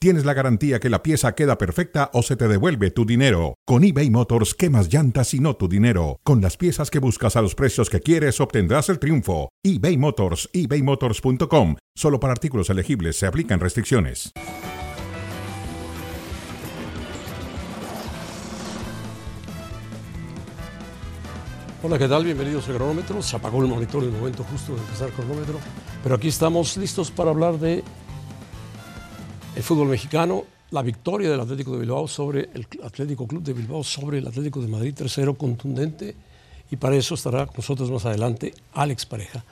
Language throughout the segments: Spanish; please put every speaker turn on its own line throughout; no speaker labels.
tienes la garantía que la pieza queda perfecta o se te devuelve tu dinero. Con eBay Motors, quemas llantas y no tu dinero. Con las piezas que buscas a los precios que quieres, obtendrás el triunfo. eBay Motors, ebaymotors.com. Solo para artículos elegibles se aplican restricciones.
Hola, ¿qué tal? Bienvenidos a Cronómetro. Se apagó el monitor en el momento justo de empezar Cronómetro, pero aquí estamos listos para hablar de el fútbol mexicano, la victoria del Atlético de Bilbao sobre el Atlético Club de Bilbao sobre el Atlético de Madrid, 3-0 contundente, y para eso estará con nosotros más adelante Alex Pareja.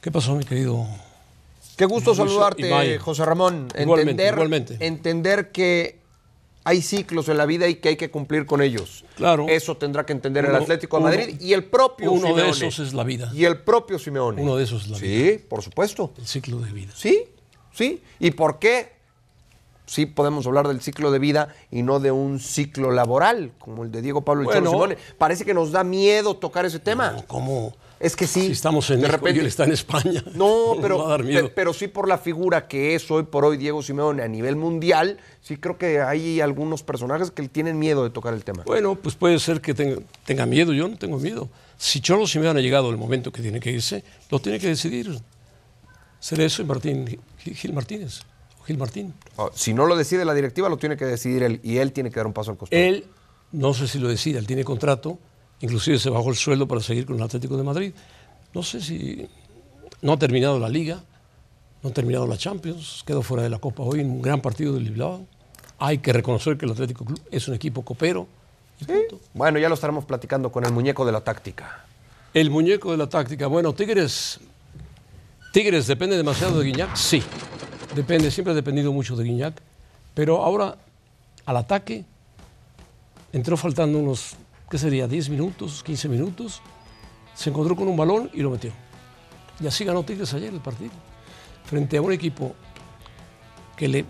¿Qué pasó, mi querido?
Qué gusto
Mauricio
saludarte,
Ibai?
José Ramón.
Igualmente,
entender,
igualmente.
entender que hay ciclos en la vida y que hay que cumplir con ellos.
Claro.
Eso tendrá que entender el
Uno-
Atlético de
uno-
Madrid y el propio
Uno
Simeone.
de esos es la vida.
Y el propio Simeone.
Uno de esos es la vida.
Sí, por supuesto.
El ciclo de vida.
Sí, sí. ¿Y por qué? Sí podemos hablar del ciclo de vida y no de un ciclo laboral como el de Diego Pablo El Cholo
Bueno.
Simeone. Parece que nos da miedo tocar ese tema.
No, ¿Cómo?
Es que sí.
Si estamos en
de
México y
repente
él está en España.
No,
nos
pero,
va a dar miedo.
pe- pero sí por la figura que es hoy por hoy Diego Simeone a nivel mundial, sí creo que hay algunos personajes que tienen miedo de tocar el tema.
Bueno, pues puede ser que tenga, tenga miedo, yo no tengo miedo. Si Cholo Simeone ha llegado el momento que tiene que irse, lo tiene que decidir Cerezo y Martín, Gil Gil Martínez, o Gil Martín.
Ah, Si no lo decide la directiva, lo tiene que decidir él y él tiene que dar un paso al costado.
Él, no sé si lo decide, él tiene contrato, inclusive se bajó el sueldo para seguir con el Atlético de Madrid. No sé si no ha terminado la liga, no ha terminado la Champions, quedó fuera de la Copa hoy en un gran partido del Bilbao. Hay que reconocer que el Atlético Club es un equipo copero. y punto.
Bueno, ya lo estaremos platicando con el muñeco de la táctica.
El muñeco de la táctica. Bueno, Tigres. Tigres depende demasiado de Guiñac, sí. Depende, siempre ha dependido mucho de Guiñac. Pero ahora, al ataque, entró faltando unos, ¿qué sería? 10 minutos, 15 minutos. Se encontró con un balón y lo metió. Y así ganó Tigres ayer el partido. Frente a un equipo que le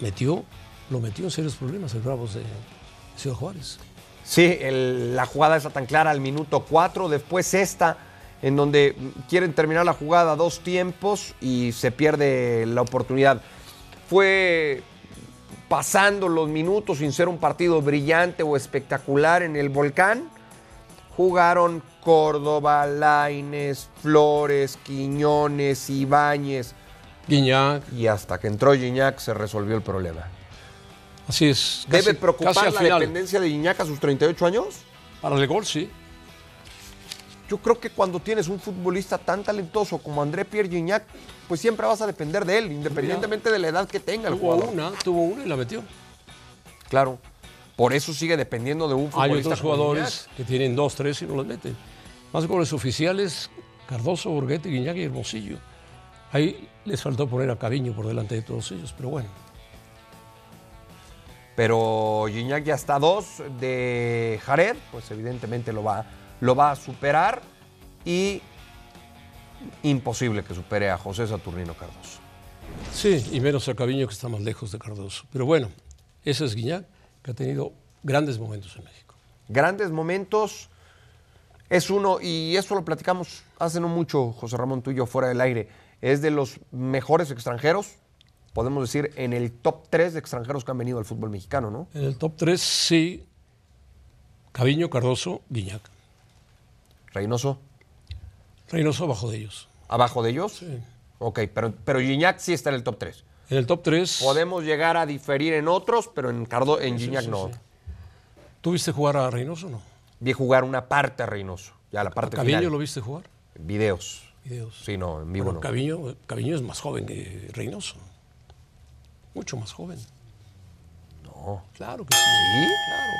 metió, lo metió en serios problemas, el Bravos de Ciudad Juárez.
Sí, el- la jugada esa tan clara al minuto 4, después esta en donde mm, quieren terminar la jugada a dos tiempos y se pierde la oportunidad. Fue pasando los minutos sin ser un partido brillante o espectacular en el volcán. Jugaron Córdoba, Laines, Flores, Quiñones, Ibáñez
Guiñac,
y hasta que entró Gignac se resolvió el problema.
así es.
¿Debe
casi- casi
preocupar
al
la
final.
dependencia de Gignac a sus 38 años?
Para el gol, sí.
Yo creo que cuando tienes un futbolista tan talentoso como André Pierre Gignac, pues siempre vas a depender de él, independientemente de la edad que tenga el
Tuvo
jugador.
una, tuvo una y la metió.
Claro. Por eso sigue dependiendo de un
Hay
futbolista.
otros
como
jugadores que tienen dos, tres y no las meten. Más goles oficiales, Cardoso, Borghetti, Guiñac y Hermosillo. Ahí les faltó poner a Caviño por delante de todos ellos, pero bueno.
Gignac. Pero Gignac ya está a dos de Jared, pues evidentemente lo va, lo va a superar y imposible que supere a José Saturnino Cardoso.
Sí, y menos a Caviño que está más lejos de Cardoso. Pero bueno, ese es Guiñac que ha tenido grandes momentos en México.
Grandes momentos. Es uno, y eso lo platicamos hace no mucho, José Ramón, tú y yo, fuera del aire. Es de los mejores extranjeros, podemos decir, en el top 3 de extranjeros que han venido al fútbol mexicano, ¿no?
En el top 3, sí, Caviño, Cardoso, Guiñac.
Reynoso,
Reynoso abajo de ellos.
abajo de ellos.
Sí.
Ok, pero, pero Gignac sí está en el top 3.
En el top 3,
Podemos llegar a diferir en otros, pero en, Cardo, en Gignac no.
¿tuviste jugar a Reynoso o no?
Vi jugar una parte a Reynoso, ya la parte
¿Caviño
final.
lo viste jugar?
Videos.
Videos.
Sí, no, en vivo
Bueno,
no.
Caviño, Caviño es más joven que Reynoso. Mucho más joven.
No.
Claro que sí.
¿Sí?
Claro.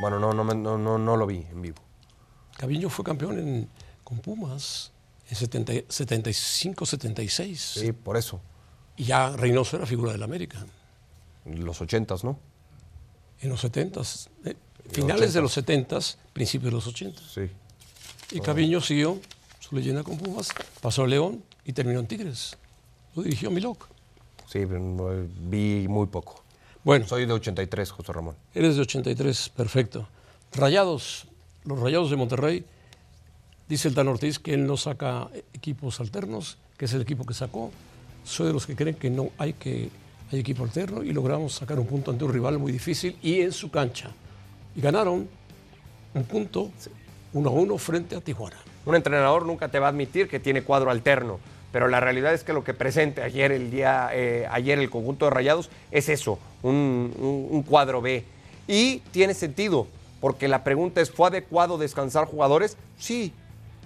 Bueno, no, no, me- no, no, no lo vi en vivo.
Caviño fue campeón en- con Pumas en 70 75, 76.
Sí, por eso.
Y ya Reynoso era figura del América.
Los ochentas, ¿no?
En los 70s. eh, finales de los 70s, principios de los 80s.
Sí. Oh.
Y Caviño siguió su leyenda con Pumas, pasó a León y terminó en Tigres. Lo dirigió Milok.
Sí, no, vi muy poco.
Bueno,
Soy de 83, José Ramón.
eres de 83, perfecto. Rayados, los Rayados de Monterrey, dice el Tan Ortiz que él no saca equipos alternos, que es el equipo que sacó. Soy de los que creen que no hay que hay equipo alterno y logramos sacar un punto ante un rival muy difícil y en su cancha. Y ganaron un punto, uno a uno frente a Tijuana.
Un entrenador nunca te va a admitir que tiene cuadro alterno, pero la realidad es que lo que presente ayer el día, eh, ayer el conjunto de Rayados es eso, un, un- un cuadro B. Y tiene sentido, porque la pregunta es, ¿fue adecuado descansar jugadores? Sí,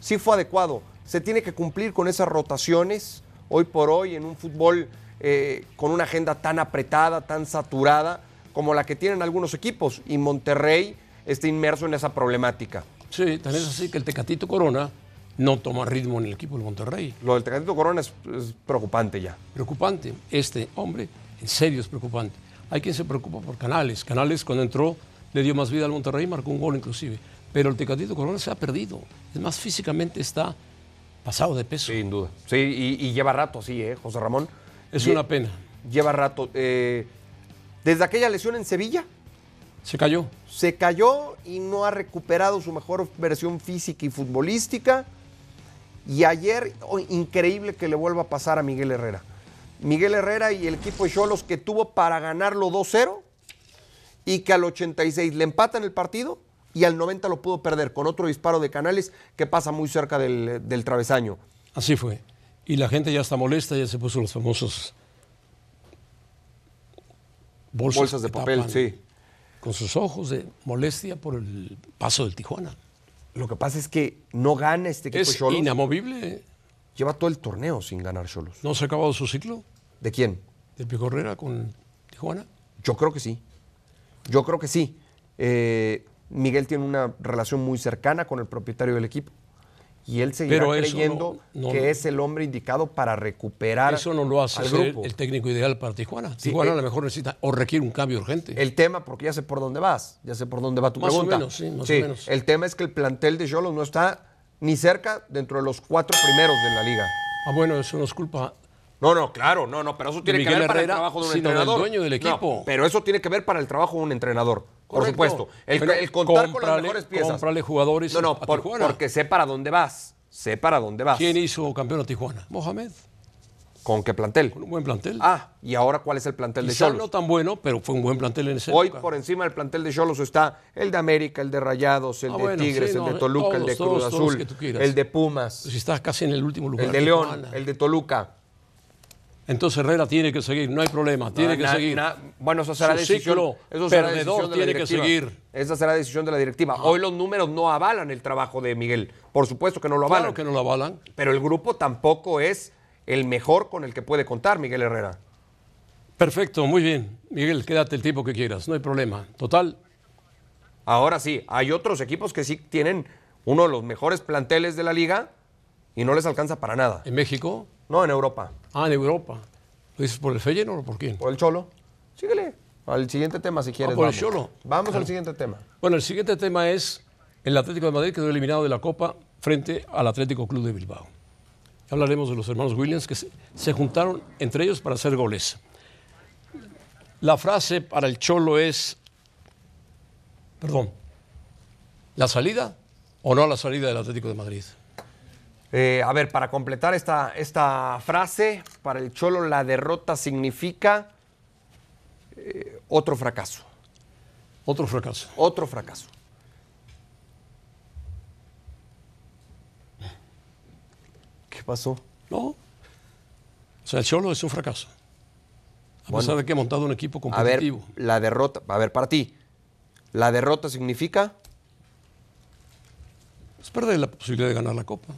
sí fue adecuado. Se tiene que cumplir con esas rotaciones hoy por hoy en un fútbol eh, con una agenda tan apretada, tan saturada como la que tienen algunos equipos y Monterrey está inmerso en esa problemática.
Sí, tan es así que el Tecatito Corona no toma ritmo en el equipo del Monterrey.
Lo del Tecatito Corona es, es preocupante ya.
preocupante. Este hombre, en serio, es preocupante. Hay quien se preocupa por Canales. Canales, cuando entró, le dio más vida al Monterrey, marcó un gol inclusive. Pero el Tecatito Corona se ha perdido. Es más, físicamente está pasado de peso.
Sin duda. Sí, y, y lleva rato así, ¿eh, José Ramón?
Es
Lle-
una pena.
Lleva rato. eh, desde aquella lesión en Sevilla,
Se cayó.
se cayó y no ha recuperado su mejor versión física y futbolística. Y ayer, oh, increíble que le vuelva a pasar a Miguel Herrera. Miguel Herrera y el equipo de Cholos que tuvo para ganarlo 2-0 y que al 86 le empatan el partido y al 90 lo pudo perder con otro disparo de Canales que pasa muy cerca del, del travesaño.
Así fue. Y la gente ya está molesta, ya se puso los famosos bolsas,
Bolsas de
que
papel,
tapan
sí.
Con sus ojos de molestia por el paso del Tijuana.
Lo que pasa es que no gana este equipo
Es
Cholos.
inamovible.
Lleva todo el torneo sin ganar Cholos.
No se ha acabado su ciclo.
¿De quién?
del Piojo Herrera con Tijuana.
Yo creo que sí. Yo creo que sí. Eh, Miguel tiene una relación muy cercana con el propietario del equipo. Y él seguirá
Pero eso
creyendo
no- no-
que es el hombre indicado para recuperar
Eso no lo hace
al
ser
grupo.
el técnico ideal para Tijuana.
Sí,
Tijuana
eh,
a lo mejor necesita o requiere un cambio urgente.
El tema, porque ya sé por dónde vas, ya sé por dónde va tu
Más o
pregunta.
menos, sí, más o menos.
El tema es que el plantel de Cholos no está ni cerca dentro de los cuatro primeros de la liga.
Ah, bueno, eso nos culpa.
No, no, claro, no, no, pero eso tiene
Miguel
que ver para el
Herrera,
trabajo de un
sino del
entrenador.
dueño del
No,
equipo.
pero eso tiene que ver para el trabajo de un entrenador. Por
Correcto.
supuesto. El,
Pero
el contar con las
cómprale-
mejores piezas.
cómprale jugadores
No, no,
a
por-
Tijuana.
porque sé para dónde vas. Sé para dónde vas.
¿Quién hizo campeón a Tijuana? Mohamed,
¿Con qué plantel?
con un buen plantel.
Ah, y ahora cuál es el plantel de
Quizá
Cholos.
no tan bueno, pero fue un buen plantel en ese
Hoy por encima del plantel de Cholos está el de América, el de Rayados, el
Ah,
de
bueno,
Tigres,
sí,
el
no,
de Toluca, el de
todos, todos,
Cruz
todos los que
Azul,
tú quieras.
el de Pumas,
Si estás Pues casi en el último lugar.
el de León,
Tijuana.
el de Toluca.
Entonces Herrera tiene que seguir, no hay problema, tiene
Na-
que
na-
seguir.
na- bueno, eso será
Su
decisión.
ciclo
eso será
perdedor
decisión de la
tiene que
directiva.
seguir.
Esa será decisión de la directiva. Hoy los números no avalan el trabajo de Miguel. Por supuesto que no lo avalan.
claro que no lo avalan.
Pero el grupo tampoco es el mejor con el que puede contar Miguel Herrera.
Perfecto, muy bien. Miguel, quédate el tiempo que quieras, no hay problema. Total,
Ahora sí, hay otros equipos que sí tienen uno de los mejores planteles de la liga y no les alcanza para nada.
en México,
No en Europa.
ah, en Europa. ¿Lo dices por el Feyenoord o por quién?
O el Cholo. Síguele. Al siguiente tema si quieres.
Ah, por el
vamos.
Cholo.
Vamos
Claro.
al siguiente tema.
Bueno, el siguiente tema es el Atlético de Madrid quedó eliminado de la Copa frente al Atlético Club de Bilbao. Ya hablaremos de los hermanos Williams que se, se juntaron entre ellos para hacer goles. La frase para el Cholo es, perdón, ¿la salida o no la salida del Atlético de Madrid?
Eh, a ver, para completar esta, esta frase, para el Cholo la derrota significa eh, otro fracaso,
Otro fracaso.
otro fracaso. ¿Qué pasó?
No. O sea, el Cholo es un fracaso. A pesar de que ha montado un equipo
A ver,
competitivo.
la derrota, a ver, para ti, la derrota significa...
Es perder la posibilidad de ganar la Copa.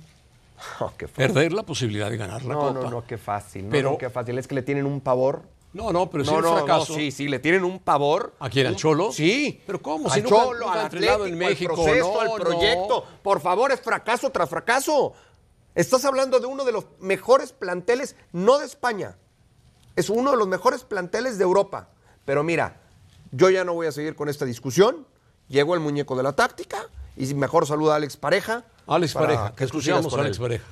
Oh, qué fácil.
Perder la posibilidad de ganar la
No,
Copa.
no, no, qué fácil. no,
Pero-
no, qué fácil. Es que le tienen un pavor.
No, no, pero si
no,
un
no,
fracaso.
no, sí, sí, le tienen un pavor.
¿A quién, al Cholo?
Sí.
¿Pero cómo?
Al
Si nunca-
Cholo,
nunca ha
al
entrenado
Atlético,
en
al
México.
proceso,
No,
al
no.
proyecto. Por favor, es fracaso tras fracaso. Estás hablando de uno de los mejores planteles, no de España. Es uno de los mejores planteles de Europa. Pero mira, yo ya no voy a seguir con esta discusión. Llegó el muñeco de la táctica y mejor saluda a Alex Pareja.
Alex
para
Pareja, que
tú sigas
escuchamos
con
a Alex
él.
Pareja.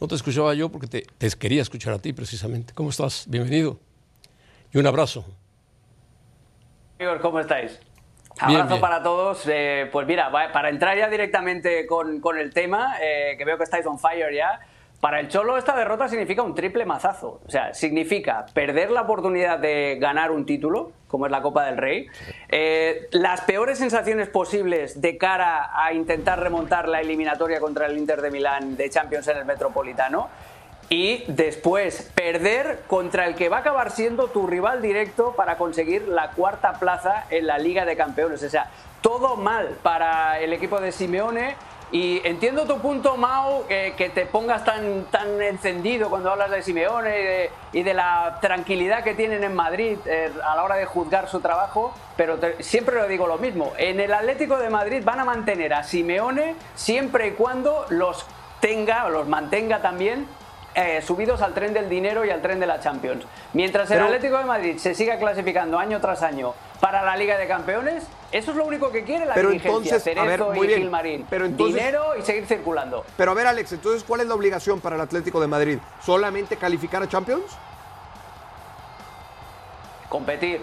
No te escuchaba yo porque te, te quería escuchar a ti precisamente. ¿Cómo estás? Bienvenido. Y un abrazo.
Amigos, ¿cómo estáis?
Bien,
Abrazo
bien.
para todos. Eh, pues mira, va- para entrar ya directamente con, con el tema, eh, que veo que estáis on fire ya, para el Cholo esta derrota significa un triple mazazo. O sea, significa perder la oportunidad de ganar un título, como es la Copa del Rey, eh, las peores sensaciones posibles de cara a intentar remontar la eliminatoria contra el Inter de Milán de Champions en el Metropolitano. Y después perder contra el que va a acabar siendo tu rival directo para conseguir la cuarta plaza en la Liga de Campeones. O sea, todo mal para el equipo de Simeone. Y entiendo tu punto, Mau, que, que te pongas tan, tan encendido cuando hablas de Simeone y de, y de la tranquilidad que tienen en Madrid eh, a la hora de juzgar su trabajo, pero te- siempre lo digo lo mismo. En el Atlético de Madrid van a mantener a Simeone siempre y cuando los tenga o los mantenga también eh, subidos al tren del dinero y al tren de la Champions. Mientras el Atlético de Madrid se siga clasificando año tras año para la Liga de Campeones, eso es lo único que quiere la
Pero
dirigencia,
entonces, a ver,
Cerezo
muy
y
bien,
Gilmarín.
pero entonces-
dinero y seguir circulando.
Pero a ver, Alex, entonces, ¿cuál es la obligación para el Atlético de Madrid? ¿Solamente calificar a Champions?
Competir,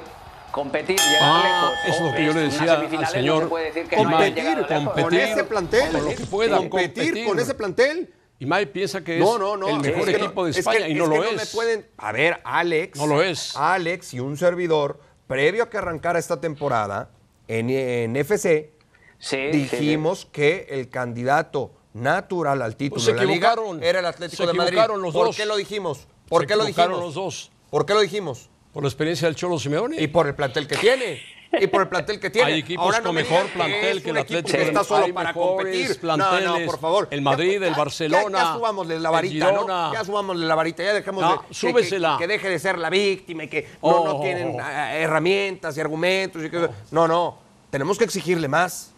competir, llegar
Ah,
lejos.
eso es lo que yo le
unas
decía al
semifinales no se
señor
puede decir que no hayan
Competir,
llegado lejos.
con
competir,
ese plantel.
con lo que puedan,
competir,
competir.
con ese plantel.
Y May piensa que es
No, no, no.
el mejor
es que
equipo
no-
de
es que-
España y no
es
lo es.
que me pueden- A ver, Alex.
No lo es.
Alex y un servidor, previo a que arrancara esta temporada, en, en FC,
Sí, sí, sí.
dijimos que el candidato natural al título
Pues se
de la Liga
equivocaron.
era el Atlético
Se
de Madrid.
equivocaron los
¿Por
dos.
qué lo dijimos? ¿Por
Se
qué lo
equivocaron
dijimos?
los dos.
¿Por qué lo dijimos?
Por la experiencia del Cholo Simeone.
Y por el plantel que tiene. Y por el plantel que tiene.
Hay equipos
Ahora no
con
me
mejor
digan
plantel
es
que el
un equipo
Atlético
que
de
está
Madrid.
solo
Hay
para
mejores
competir. no, no,
planteles.
por favor.
El Madrid, el
ya- Ya,
Barcelona,
ya subámosle la
el
varita, ¿no?
Girona.
Ya subámosle la varita, ya dejamos
No,
de, que-
súbesela.
Que, que deje de ser la víctima y que no- no,
Oh.
tienen ah, herramientas y argumentos. Y que, No, no. Tenemos que exigirle más.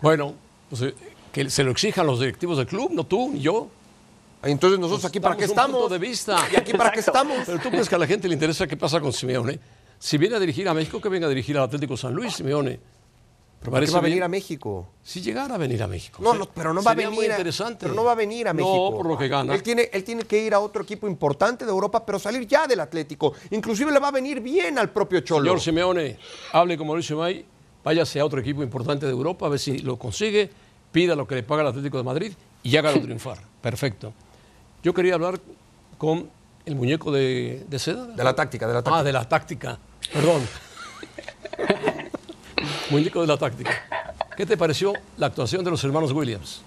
Bueno, pues, eh, que se lo exijan los directivos del club, no tú ni yo.
Entonces, nosotros aquí, ¿para qué
damos un
estamos?
punto de vista.
¿Y aquí para qué
Exacto.
estamos?
Pero tú crees que a la gente le interesa qué pasa con Simeone. Si viene a dirigir a México, que venga a dirigir al Atlético San Luis, Simeone. Pero
¿Por qué va a
bien.
venir a México?
Si llegara a venir a México.
No,
Se-
no, pero no va a
sería
venir.
muy
a-
interesante.
Pero no va a venir a México.
No, por lo que gana.
Él tiene, él tiene que ir a otro equipo importante de Europa, pero salir ya del Atlético. Inclusive le va a venir bien al propio Cholo.
Señor Simeone, hable con Mauricio May, váyase a otro equipo importante de Europa, a ver si lo consigue, pida lo que le paga el Atlético de Madrid y hágalo triunfar. Perfecto. Yo quería hablar con el muñeco de, de seda.
De la táctica, de la táctica.
Ah, de la táctica, perdón. muñeco de la táctica. ¿Qué te pareció la actuación de los hermanos Williams?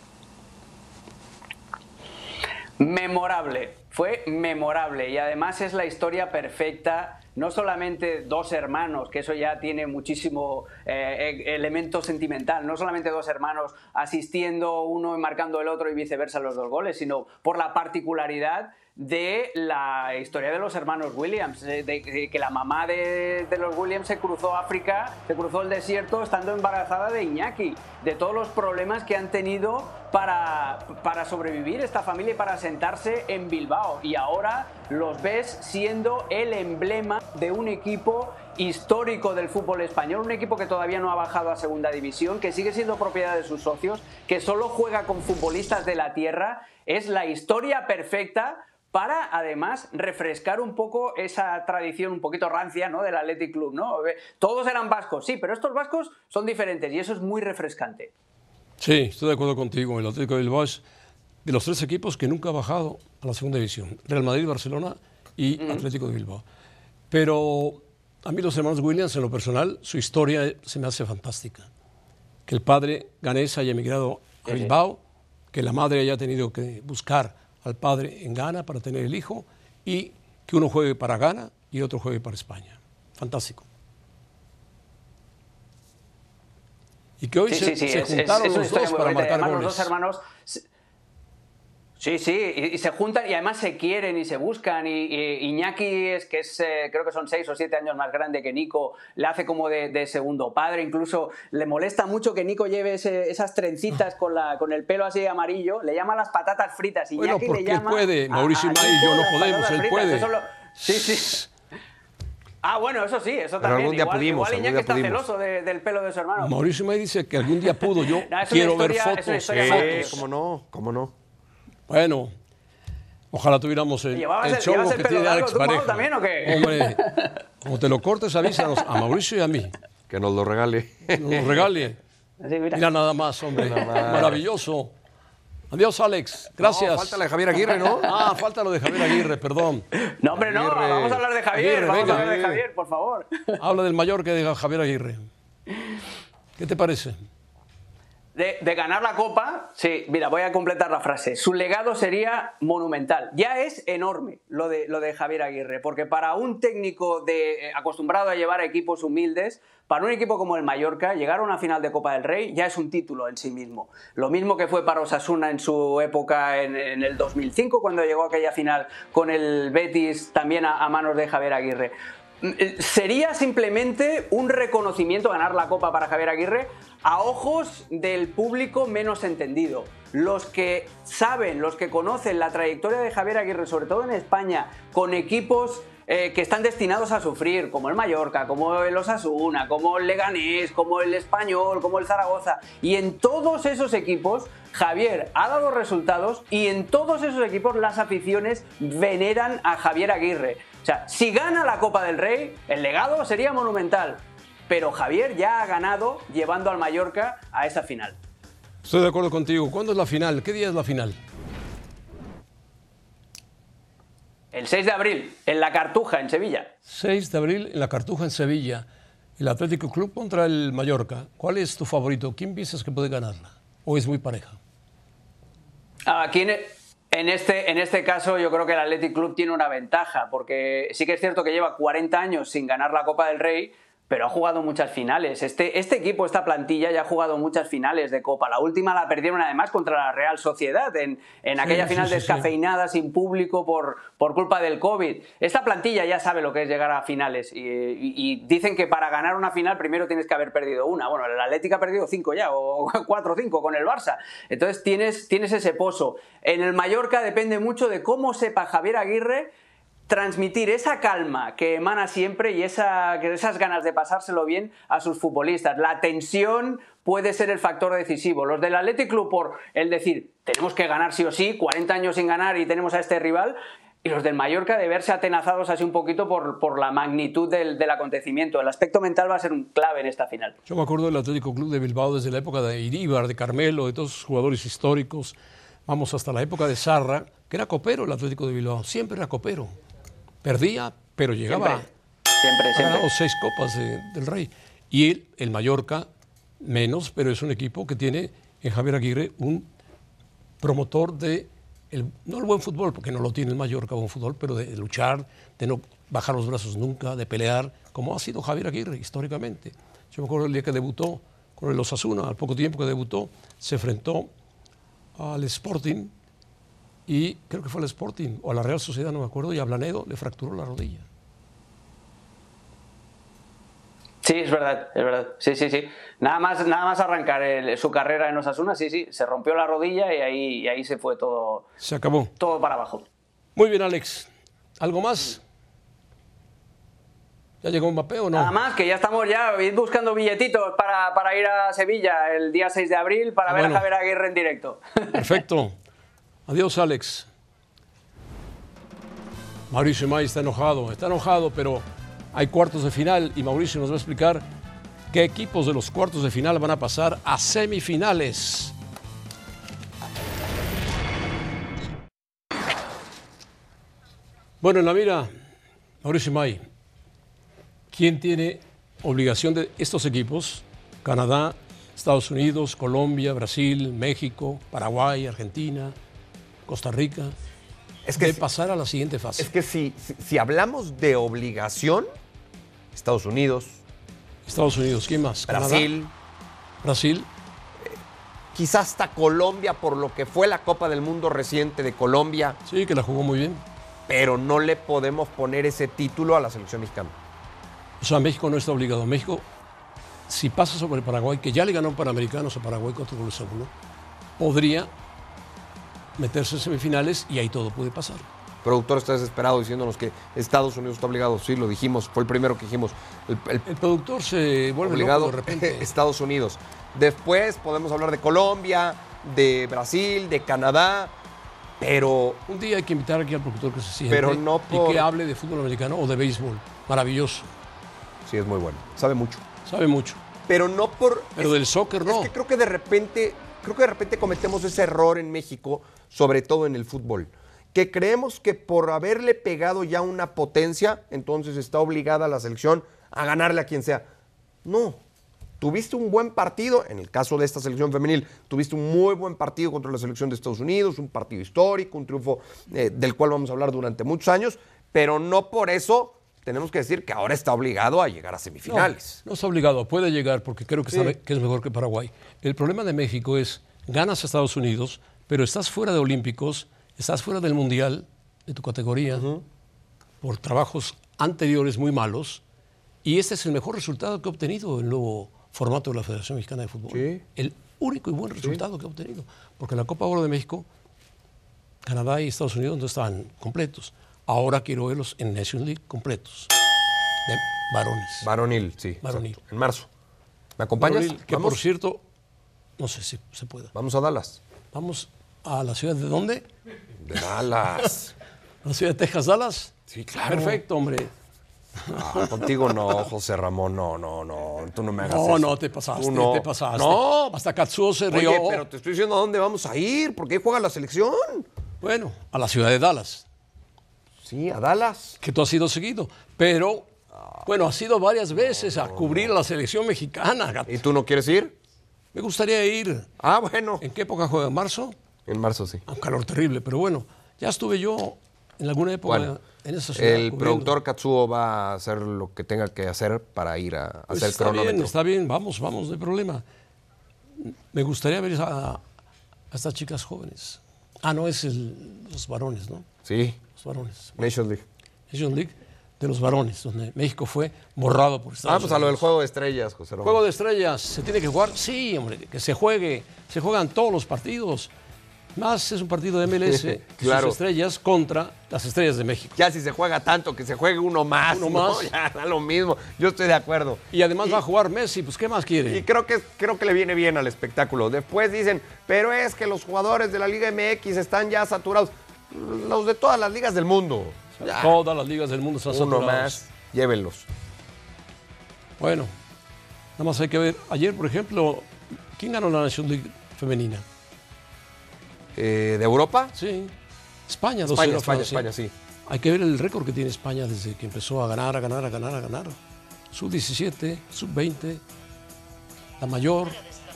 Memorable, fue memorable y además es la historia perfecta, no solamente dos hermanos, que eso ya tiene muchísimo eh, e- elemento sentimental, no solamente dos hermanos asistiendo uno y marcando el otro y viceversa los dos goles, sino por la particularidad de la historia de los hermanos Williams, eh, de, de que la mamá de, de los Williams se cruzó África, se cruzó el desierto estando embarazada de Iñaki, de todos los problemas que han tenido para, para sobrevivir esta familia y para asentarse en Bilbao. Y ahora los ves siendo el emblema de un equipo histórico del fútbol español, un equipo que todavía no ha bajado a segunda división, que sigue siendo propiedad de sus socios, que solo juega con futbolistas de la tierra. Es la historia perfecta para además refrescar un poco esa tradición un poquito rancia ¿no? del Athletic Club. ¿no? Todos eran vascos, sí, pero estos vascos son diferentes y eso es muy refrescante.
Sí, estoy de acuerdo contigo. El Atlético de Bilbao es de los tres equipos que nunca ha bajado a la segunda división. Real Madrid, Barcelona y Atlético de Bilbao. Pero a mí los hermanos Williams, en lo personal, su historia se me hace fantástica. Que el padre ganés haya emigrado a Bilbao, que la madre haya tenido que buscar al padre en Ghana para tener el hijo y que uno juegue para Ghana y otro juegue para España. Fantástico. Y que hoy
Sí,
se,
sí, sí,
se
es- es-
juntaron
es una
los
historia
dos
muy
para
bonita. Y
marcar
además,
goles.
Los dos hermanos. se- Sí, sí, y, y se juntan y además se quieren y se buscan. Y, y Iñaki, es, que es, eh, creo que son seis o siete años más grande que Nico, le hace como de, de segundo padre. Incluso le molesta mucho que Nico lleve ese- esas trencitas con, la, con el pelo así amarillo. Le llama las patatas fritas. Iñaki
Bueno,
le
porque él
llama
puede, Mauricio Imay y
Nico
yo no
las
podemos,
patatas
él
fritas.
puede.
Eso lo- Sí, sí. Ah, bueno, eso sí, eso también.
algún día
igual,
pudimos,
igual
algún
Iñaki
día
está
pudimos.
celoso de- del pelo de su hermano.
Mauricio May dice que algún día pudo. Yo
No, es una
quiero
historia-
ver
es una
fotos.
historia
fotos.
¿Cómo no? ¿Cómo no?
Bueno, Ojalá tuviéramos el,
¿Llevabas
el
el-
chongo
llevas el
que
pelo
tiene
largo
Alex
tú, Mau,
Parejo.
también, o qué?
Hombre, como te lo cortes, avísanos a Mauricio y a mí.
Que nos lo regale.
Nos lo regale.
Así, mira.
Mira nada más, hombre. Maravilloso. Adiós, Alex. Gracias.
No, falta la de Javier Aguirre, ¿no?
Ah, falta lo de Javier Aguirre, perdón.
No, hombre, no,
Aguirre.
vamos a hablar de Javier,
Aguirre,
vamos
venga.
a hablar de Javier, por favor.
Habla del mayor que de Javier Aguirre. ¿Qué te parece?
De, de ganar la copa, sí, mira, voy a completar la frase. Su legado sería monumental. Ya es enorme lo de, lo de Javier Aguirre, porque para un técnico de, eh, acostumbrado a llevar a equipos humildes, para un equipo como el Mallorca, llegar a una final de Copa del Rey ya es un título en sí mismo. Lo mismo que fue para Osasuna en su época en, en el 2005, cuando llegó a aquella final con el Betis también a- a manos de Javier Aguirre. ¿Sería simplemente un reconocimiento ganar la copa para Javier Aguirre a ojos del público menos entendido? Los que saben, los que conocen la trayectoria de Javier Aguirre, sobre todo en España, con equipos eh, que están destinados a sufrir, como el Mallorca, como el Osasuna, como el Leganés, como el Español, como el Zaragoza. Y en todos esos equipos, Javier ha dado resultados y en todos esos equipos las aficiones veneran a Javier Aguirre. O sea, si gana la Copa del Rey, el legado sería monumental. Pero Javier ya ha ganado llevando al Mallorca a esa final.
Estoy de acuerdo contigo. ¿Cuándo es la final? ¿Qué día es la final?
El 6 de abril, en la Cartuja, en Sevilla.
6 de abril en la Cartuja, en Sevilla. El Atlético Club contra el Mallorca. ¿Cuál es tu favorito? ¿Quién piensas que puede ganarla? ¿O es muy pareja?
Aquí en, en este, en este caso yo creo que el Athletic Club tiene una ventaja, porque sí que es cierto que lleva 40 años sin ganar la Copa del Rey, pero ha jugado muchas finales. Este, este equipo, esta plantilla, ya ha jugado muchas finales de Copa. La última la perdieron además contra la Real Sociedad, en, en aquella
sí,
final
sí, sí.
descafeinada, sin público, por, por culpa del COVID. Esta plantilla ya sabe lo que es llegar a finales y, y- y dicen que para ganar una final primero tienes que haber perdido una. Bueno, el Atlético ha perdido cinco ya, o cuatro o cinco con el Barça. Entonces tienes, tienes ese pozo. En el Mallorca depende mucho de cómo sepa Javier Aguirre transmitir esa calma que emana siempre y esa- que esas ganas de pasárselo bien a sus futbolistas. La tensión puede ser el factor decisivo. Los del Athletic Club por el decir, tenemos que ganar sí o sí, 40 años sin ganar y tenemos a este rival, y los del Mallorca de verse atenazados así un poquito por, por la magnitud del, del acontecimiento. El aspecto mental va a ser un clave en esta final.
Yo me acuerdo del Atlético Club de Bilbao desde la época de Iríbar, de Carmelo, de todos esos jugadores históricos. Vamos hasta la época de Sarra, que era copero el Atlético de Bilbao. Siempre era copero. Perdía, pero llegaba.
Siempre, siempre,
Ha ganado
siempre.
seis copas de- del Rey. Y el, el Mallorca, menos, pero es un equipo que tiene en Javier Aguirre un promotor de, el- no el buen fútbol, porque no lo tiene el Mallorca, buen fútbol, pero de, luchar, de no bajar los brazos nunca, de pelear, como ha sido Javier Aguirre históricamente. Yo me acuerdo el día que debutó con el Osasuna, al poco tiempo que debutó, se enfrentó al Sporting y creo que fue al Sporting o a la Real Sociedad, no me acuerdo, y a Blanedo le fracturó la rodilla.
Sí, es verdad, es verdad. Sí, sí, sí. Nada más, nada más arrancar el- su carrera en Osasuna, sí, sí, se rompió la rodilla y ahí, y ahí se fue todo,
Se acabó.
todo para abajo.
Muy bien, Alex. ¿Algo más? ¿Ya llegó Mbappé o no?
Nada más, que ya estamos ya id buscando billetitos para, para ir a Sevilla el día 6 de abril para
Ah,
ver
bueno.
a Javier Aguirre en directo.
Perfecto. Adiós, Alex. Mauricio May está enojado, está enojado, pero hay cuartos de final y Mauricio nos va a explicar qué equipos de los cuartos de final van a pasar a semifinales. Bueno, en la mira, Mauricio May, ¿quién tiene obligación de estos equipos? Canadá, Estados Unidos, Colombia, Brasil, México, Paraguay, Argentina, Costa Rica,
Es
de
que,
pasar a la siguiente fase.
es que si, si- si hablamos de obligación, Estados Unidos,
Estados Unidos, ¿quién más? Canadá,
Brasil,
Brasil,
quizás hasta Colombia por lo que fue la Copa del Mundo reciente de Colombia,
sí, que la jugó muy bien.
pero no le podemos poner ese título a la selección mexicana.
O sea, México no está obligado. México, si pasa sobre Paraguay, que ya le ganó Panamericanos a Paraguay contra goles a uno, podría meterse en semifinales y ahí todo puede pasar.
productor está desesperado diciéndonos que Estados Unidos está obligado. Sí, lo dijimos, fue el primero que dijimos. El, el
El productor se vuelve
obligado
loco de repente.
Estados Unidos. Después podemos hablar de Colombia, de Brasil, de Canadá. Pero
Un día hay que invitar aquí al productor que se siente
Pero no
y
por-
que hable de fútbol americano o de béisbol. Maravilloso.
sí es muy bueno, sabe mucho.
Sabe mucho.
Pero no por...
Pero del soccer no.
Es que creo que de repente, creo que de repente cometemos ese error en México, sobre todo en el fútbol, que creemos que por haberle pegado ya una potencia, entonces está obligada la selección a ganarle a quien sea. No. Tuviste un buen partido, en el caso de esta selección femenil, tuviste un muy buen partido contra la selección de Estados Unidos, un partido histórico, un triunfo eh, del cual vamos a hablar durante muchos años, pero no por eso tenemos que decir que ahora está obligado a llegar a
No,
semifinales.
No, está obligado, puede llegar porque creo que,
Sí.
sabe que es mejor que Paraguay. El problema de México es, ganas a Estados Unidos, pero estás fuera de Olímpicos, estás fuera del Mundial de tu categoría, por trabajos anteriores muy malos, y este es el mejor resultado que ha obtenido el nuevo formato de la Federación Mexicana de Fútbol.
Sí.
El único y buen resultado que ha obtenido, porque la Copa Oro de México, Canadá y Estados Unidos no estaban completos. Ahora quiero verlos en National League completos, de varones.
Varonil, sí.
Varonil.
exacto, En marzo. ¿Me acompañas?
Coronel, que
vamos,
por cierto, no sé si se pueda.
vamos a Dallas.
Vamos a la ciudad de dónde?
De Dallas.
¿La ciudad de Texas, Dallas?
Sí, claro.
Perfecto, hombre.
No, Ah, contigo no, José Ramón, no, no, no. Tú no me hagas
No,
eso.
no, te pasaste,
Tú no.
te pasaste.
No,
Hasta Katsuo se rió.
oye, pero te estoy diciendo a dónde vamos a ir, porque ahí juega la selección.
Bueno, a la ciudad de Dallas,
Sí, a Dallas.
que tú has ido seguido. Pero, bueno, has ido varias veces a cubrir a la selección mexicana. gato.
¿Y tú no quieres ir?
Me gustaría ir.
Ah, bueno.
¿En qué época juega? ¿En marzo?
En marzo sí.
A Un calor terrible, pero bueno, ya estuve yo en alguna época
Bueno,
en esa ciudad.
el
cubriendo.
productor Katsuo va a hacer lo que tenga que hacer para ir a
Pues
hacer
está
cronómetro.
bien, está bien, vamos, vamos, no hay problema. Me gustaría ver a, a estas chicas jóvenes. Ah, no, es el- los varones, ¿no?
Sí,
Los varones.
Nations League.
Nation League de los varones, donde México fue borrado por Estados
Ah, pues a lo del
Unidos.
juego de estrellas, José Ramón.
Juego de estrellas, ¿se tiene que jugar? Sí, hombre, que se juegue. Se juegan todos los partidos. Más es un partido de MLS, que
Claro.
sus estrellas contra las estrellas de México.
Ya si se juega tanto, que se juegue uno más.
Uno
¿no?
más.
Ya da lo mismo. Yo estoy de acuerdo.
Y además va a jugar Messi, pues ¿qué más quiere?
Y creo que, creo que le viene bien al espectáculo. Después dicen, pero es que los jugadores de la Liga MX están ya saturados. Los de todas las ligas del mundo. Ya,
Todas las ligas del mundo están
uno
saturadas.
más, llévenlos.
Bueno, nada más hay que ver. Ayer, por ejemplo, ¿quién ganó la National League femenina?
Eh, ¿De Europa?
Sí, España, 2-0
España,
a
España,
Francia.
España, sí.
Hay que ver el récord que tiene España desde que empezó a ganar, a ganar, a ganar, a ganar. Sub 17, sub 20, la mayor,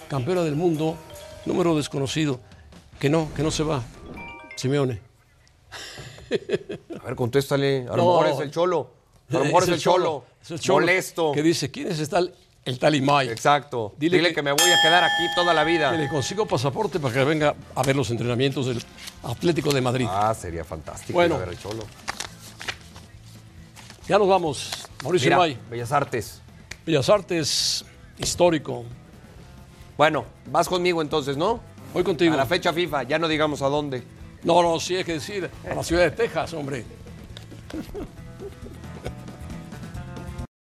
campeona del mundo, número desconocido. Que no, que no se va. Simeone.
A ver, contéstale. A lo
No.
mejor es el Cholo. A lo mejor es, el Cholo.
Es el Cholo
Molesto.
Que dice, ¿quién es el tal, el tal Imai?
Exacto. Dile,
Dile
que...
que-
me voy a quedar aquí toda la vida.
Que le consigo pasaporte para que venga a ver los entrenamientos del Atlético de Madrid.
Ah, sería fantástico
Bueno.
ir a ver el Cholo.
Ya nos vamos. Mauricio
Mira,
May,
Bellas Artes.
Bellas Artes, histórico.
Bueno, vas conmigo entonces, ¿no?
Voy contigo.
A la fecha FIFA, ya no digamos a dónde.
No, no, sí hay que decir, a la ciudad de Texas, hombre.